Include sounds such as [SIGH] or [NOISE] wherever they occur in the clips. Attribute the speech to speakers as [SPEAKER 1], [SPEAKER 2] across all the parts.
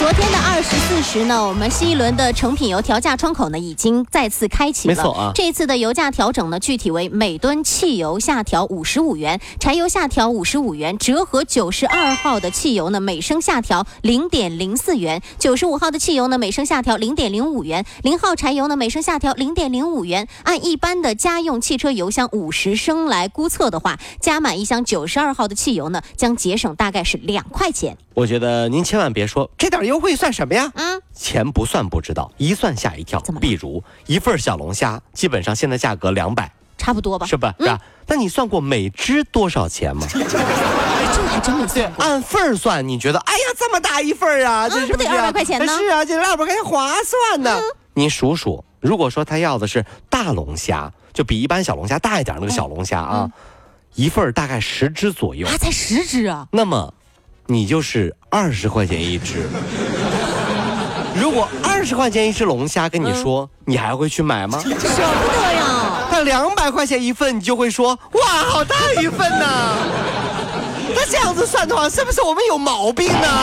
[SPEAKER 1] 昨天的二十四时呢，我们新一轮的成品油调价窗口呢已经再次开启了。
[SPEAKER 2] 没错啊
[SPEAKER 1] 这一次的油价调整呢，具体为每吨汽油下调五十五元，柴油下调五十五元，折合九十二号的汽油呢每升下调零点零四元，九十五号的汽油呢每升下调零点零五元，零号柴油呢每升下调零点零五元。按一般的家用汽车油箱五十升来估测的话，加满一箱九十二号的汽油呢，将节省大概是两块钱。
[SPEAKER 2] 我觉得您千万别说这点优惠算什么呀？
[SPEAKER 1] 嗯，
[SPEAKER 2] 钱不算不知道，一算吓一跳
[SPEAKER 1] 怎么。了
[SPEAKER 2] 比如一份小龙虾，基本上现在价格两百，
[SPEAKER 1] 差不多吧。
[SPEAKER 2] 是吧？是吧？那你算过每只多少钱吗？
[SPEAKER 1] 哎这还真没见过。
[SPEAKER 2] 按份儿算，你觉得，哎呀，这么大一份儿啊，这
[SPEAKER 1] 嗯
[SPEAKER 2] 是
[SPEAKER 1] 不得
[SPEAKER 2] 是啊
[SPEAKER 1] 200块钱呢嗯
[SPEAKER 2] 是啊，这二百块钱划算呢。你数数，如果说他要的是大龙虾，就比一般小龙虾大一点那个小龙虾啊，一份儿大概十只左右
[SPEAKER 1] 嗯啊，，才十只啊！
[SPEAKER 2] 那么你就是二十块钱一只。 [LAUGHS] 如果二十块钱一只龙虾跟你
[SPEAKER 1] 嗯
[SPEAKER 2] 说，你还会去买吗？
[SPEAKER 1] 舍不得呀！
[SPEAKER 2] 但两百块钱一份，你就会说哇，好大一份呐、那这样子算的话，是不是我们有毛病呢？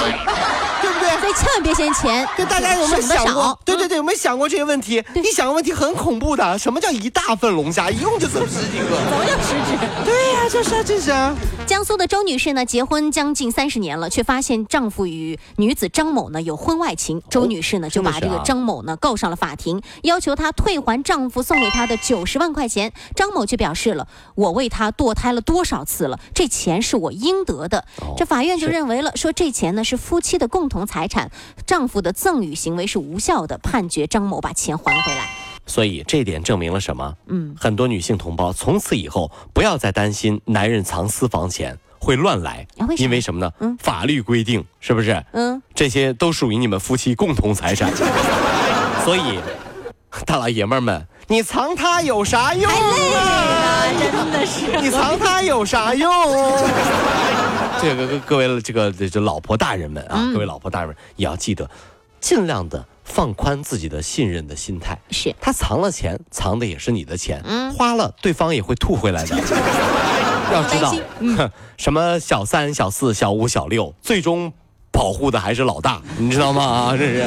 [SPEAKER 2] 对不对？
[SPEAKER 1] 所以千万别嫌钱，
[SPEAKER 2] 就大家有没有
[SPEAKER 1] 省得
[SPEAKER 2] 想
[SPEAKER 1] 少嗯
[SPEAKER 2] 过？？对对对，有没有想过这个问题？你想个问题很恐怖的，什么叫一大份龙虾？一共就这么十几个。
[SPEAKER 1] 嗯总有十只。
[SPEAKER 2] 对呀、这是啊这是啊。
[SPEAKER 1] 江苏的周女士呢，结婚将近三十年了，却发现丈夫与女子张某呢有婚外情。周女士呢就
[SPEAKER 2] 真的
[SPEAKER 1] 把
[SPEAKER 2] 是
[SPEAKER 1] 这个
[SPEAKER 2] 啊
[SPEAKER 1] 张某呢告上了法庭，要求她退还丈夫送给她的九十万块钱。张某却表示了，我为他堕胎了多少次了，这钱是我应得的。这法院就是认为了，说这钱呢是夫妻的共同财产，丈夫的赠与行为是无效的，判决张某把钱还回来。
[SPEAKER 2] 所以这点证明了什么？
[SPEAKER 1] 嗯，
[SPEAKER 2] 很多女性同胞从此以后不要再担心男人藏私房钱会乱来
[SPEAKER 1] 啊为，啥
[SPEAKER 2] 因为什么呢？
[SPEAKER 1] 嗯
[SPEAKER 2] 法律规定是不是？
[SPEAKER 1] 嗯，
[SPEAKER 2] 这些都属于你们夫妻共同财产，所以大老爷们儿们，你藏它有啥用啊？
[SPEAKER 1] 哎真的是。
[SPEAKER 2] 你藏它有啥用？这个各各位这个这这老婆大人们
[SPEAKER 1] 嗯
[SPEAKER 2] 啊，各位老婆大人们也要记得，尽量的放宽自己的信任的心态。
[SPEAKER 1] 是
[SPEAKER 2] 他藏了钱，藏的也是你的钱，
[SPEAKER 1] 嗯
[SPEAKER 2] 花了对方也会吐回来
[SPEAKER 1] [LAUGHS]
[SPEAKER 2] 的。要知
[SPEAKER 1] 担
[SPEAKER 2] 道
[SPEAKER 1] 心，
[SPEAKER 2] 哼什么小三、小四、小五、小六，最终保护的还是老大，你知道吗？啊，这是。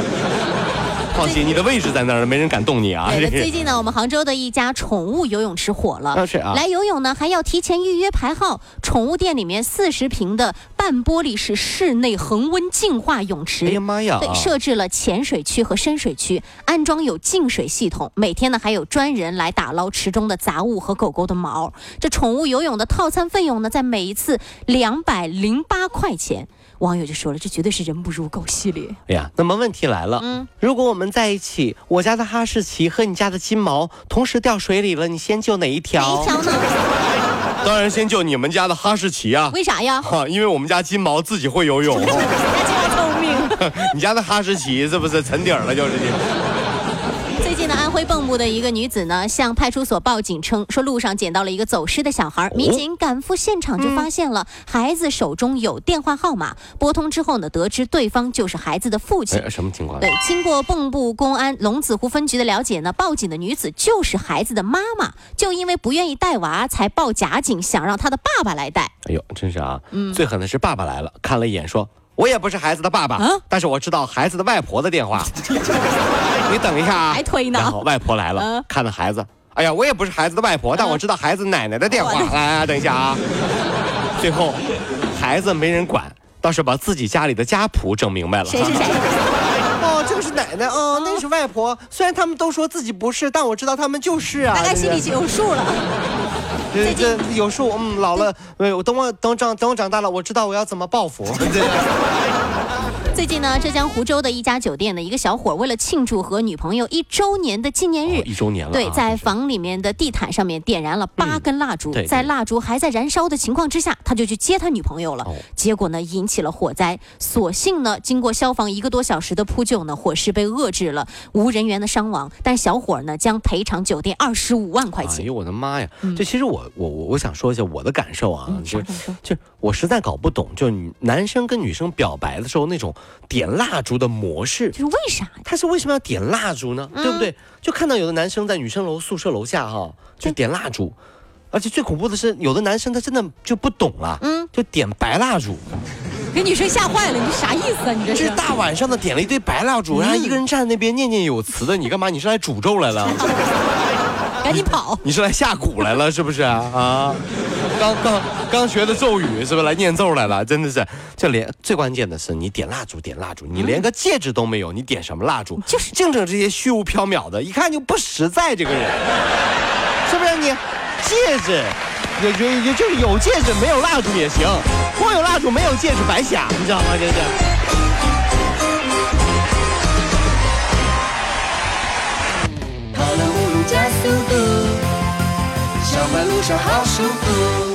[SPEAKER 2] 放心，你的位置在那儿，没人敢动你啊！这
[SPEAKER 1] 对的，最
[SPEAKER 2] 是
[SPEAKER 1] 近呢，我们杭州的一家宠物游泳池火了。
[SPEAKER 2] 啊是啊
[SPEAKER 1] 来游泳呢，还要提前预约排号。宠物店里面四十平的半玻璃式室内恒温净化泳池。
[SPEAKER 2] 哎呀妈呀！
[SPEAKER 1] 对，
[SPEAKER 2] 啊
[SPEAKER 1] 设置了浅水区和深水区，安装有净水系统，每天呢还有专人来打捞池中的杂物和狗狗的毛。这宠物游泳的套餐费用呢，在每一次两百零八块钱。网友就说了，这绝对是人不如狗系列。
[SPEAKER 2] 哎呀，那么问题来了，
[SPEAKER 1] 嗯
[SPEAKER 2] 如果我们在一起，我家的哈士奇和你家的金毛同时掉水里了，你先救哪一条？
[SPEAKER 1] 哎哪一条呢？
[SPEAKER 2] 当然先救你们家的哈士奇啊！
[SPEAKER 1] 为啥呀？ [LAUGHS]
[SPEAKER 2] 哈、因为我们家金毛自己会游泳，
[SPEAKER 1] 大家聪明。
[SPEAKER 2] [LAUGHS] 你家的哈士奇是不是沉底儿了？就是你。
[SPEAKER 1] 最近呢，安徽蚌埠的一个女子呢，向派出所报警称，说路上捡到了一个走失的小孩儿。民警赶赴现场就发现了孩子手中有电话号码，拨通之后呢，得知对方就是孩子的父
[SPEAKER 2] [LAUGHS]
[SPEAKER 1] 亲。
[SPEAKER 2] 哎，什么情况？
[SPEAKER 1] 对，经过蚌埠公安龙子湖分局的了解呢，报警的女子就是孩子的妈妈，就因为不愿意带娃才报假警，想让她的爸爸来带。
[SPEAKER 2] 哎呦，真是啊！
[SPEAKER 1] 嗯
[SPEAKER 2] 最狠的是爸爸来了，看了一眼说：“我也不是孩子的爸爸，
[SPEAKER 1] 啊
[SPEAKER 2] 但是我知道孩子的外婆的电
[SPEAKER 1] [LAUGHS]
[SPEAKER 2] 话。你等一下啊，
[SPEAKER 1] 还推呢
[SPEAKER 2] 然后外婆来了，
[SPEAKER 1] 嗯
[SPEAKER 2] 看了孩子，哎呀，我也不是孩子的外婆，但我知道孩子奶奶的电话。
[SPEAKER 1] 我
[SPEAKER 2] 来、啊，等一下
[SPEAKER 1] [LAUGHS]
[SPEAKER 2] 啊。最后，孩子没人管，倒是把自己家里的家谱整明白了。
[SPEAKER 1] 谁是谁？
[SPEAKER 3] 哦，这个是奶奶哦，那个是外婆。虽然他们都说自己不是，但我知道他们就是啊。
[SPEAKER 1] 大概心里就有数了。
[SPEAKER 3] 这这这有时候我
[SPEAKER 2] [LAUGHS]
[SPEAKER 3] 嗯老了，呃，我等我等长等我长大了，我知道我要怎么报复。对
[SPEAKER 1] 最近呢，浙江湖州的一家酒店的一个小伙儿为了庆祝和女朋友一周年的纪念日，
[SPEAKER 2] 哦一周年了啊
[SPEAKER 1] 对，在
[SPEAKER 2] 这是嗯
[SPEAKER 1] 房里面的地毯上面点燃了八根蜡烛，
[SPEAKER 2] 对对
[SPEAKER 1] 在蜡烛还在燃烧的情况之下，他就去接他女朋友了。
[SPEAKER 2] 哦
[SPEAKER 1] 结果呢，引起了火灾。所幸呢，经过消防一个多小时的扑救呢，火势被遏制了，无人员的伤亡。但小伙儿呢，将赔偿酒店二十五万块
[SPEAKER 2] 哎
[SPEAKER 1] 钱。
[SPEAKER 2] 呦我的妈呀！这其实我我我我想说一下我的感受啊，就
[SPEAKER 1] 嗯啥感受
[SPEAKER 2] 就我实在搞不懂，就女男生跟女生表白的时候那种点蜡烛的模式。
[SPEAKER 1] 就是为啥呀？
[SPEAKER 2] 他是为什么要点蜡烛呢？对
[SPEAKER 1] 嗯
[SPEAKER 2] 不对？就看到有的男生在女生楼宿舍楼下哈、就点蜡烛，而且最恐怖的是，有的男生他真的就不懂了，
[SPEAKER 1] 嗯
[SPEAKER 2] 就点白蜡烛，
[SPEAKER 1] 给女生吓坏了，你啥意思
[SPEAKER 2] [LAUGHS]
[SPEAKER 1] 啊？你这
[SPEAKER 2] 这
[SPEAKER 1] 是？
[SPEAKER 2] 大晚上的点了一堆白蜡烛，然后一个人站在那边念念有词的，你干嘛？你是来诅咒来
[SPEAKER 1] [LAUGHS]
[SPEAKER 2] 了？
[SPEAKER 1] 赶紧跑！
[SPEAKER 2] 你是来下蛊来了是不是啊？啊，刚刚刚学的咒语是不是来念咒来了？真的是，这连最关键的是你点蜡烛点蜡烛，你连个戒指都没有，你点什么蜡烛？
[SPEAKER 1] 就是
[SPEAKER 2] 净整这些虚无缥缈的，一看就不实在这个人，是不是你？戒指，也也也就是有戒指没有蜡烛也行，光有蜡烛没有戒指白瞎，你知道吗？这是。
[SPEAKER 4] 跑了五路加速度，上班路上好舒服。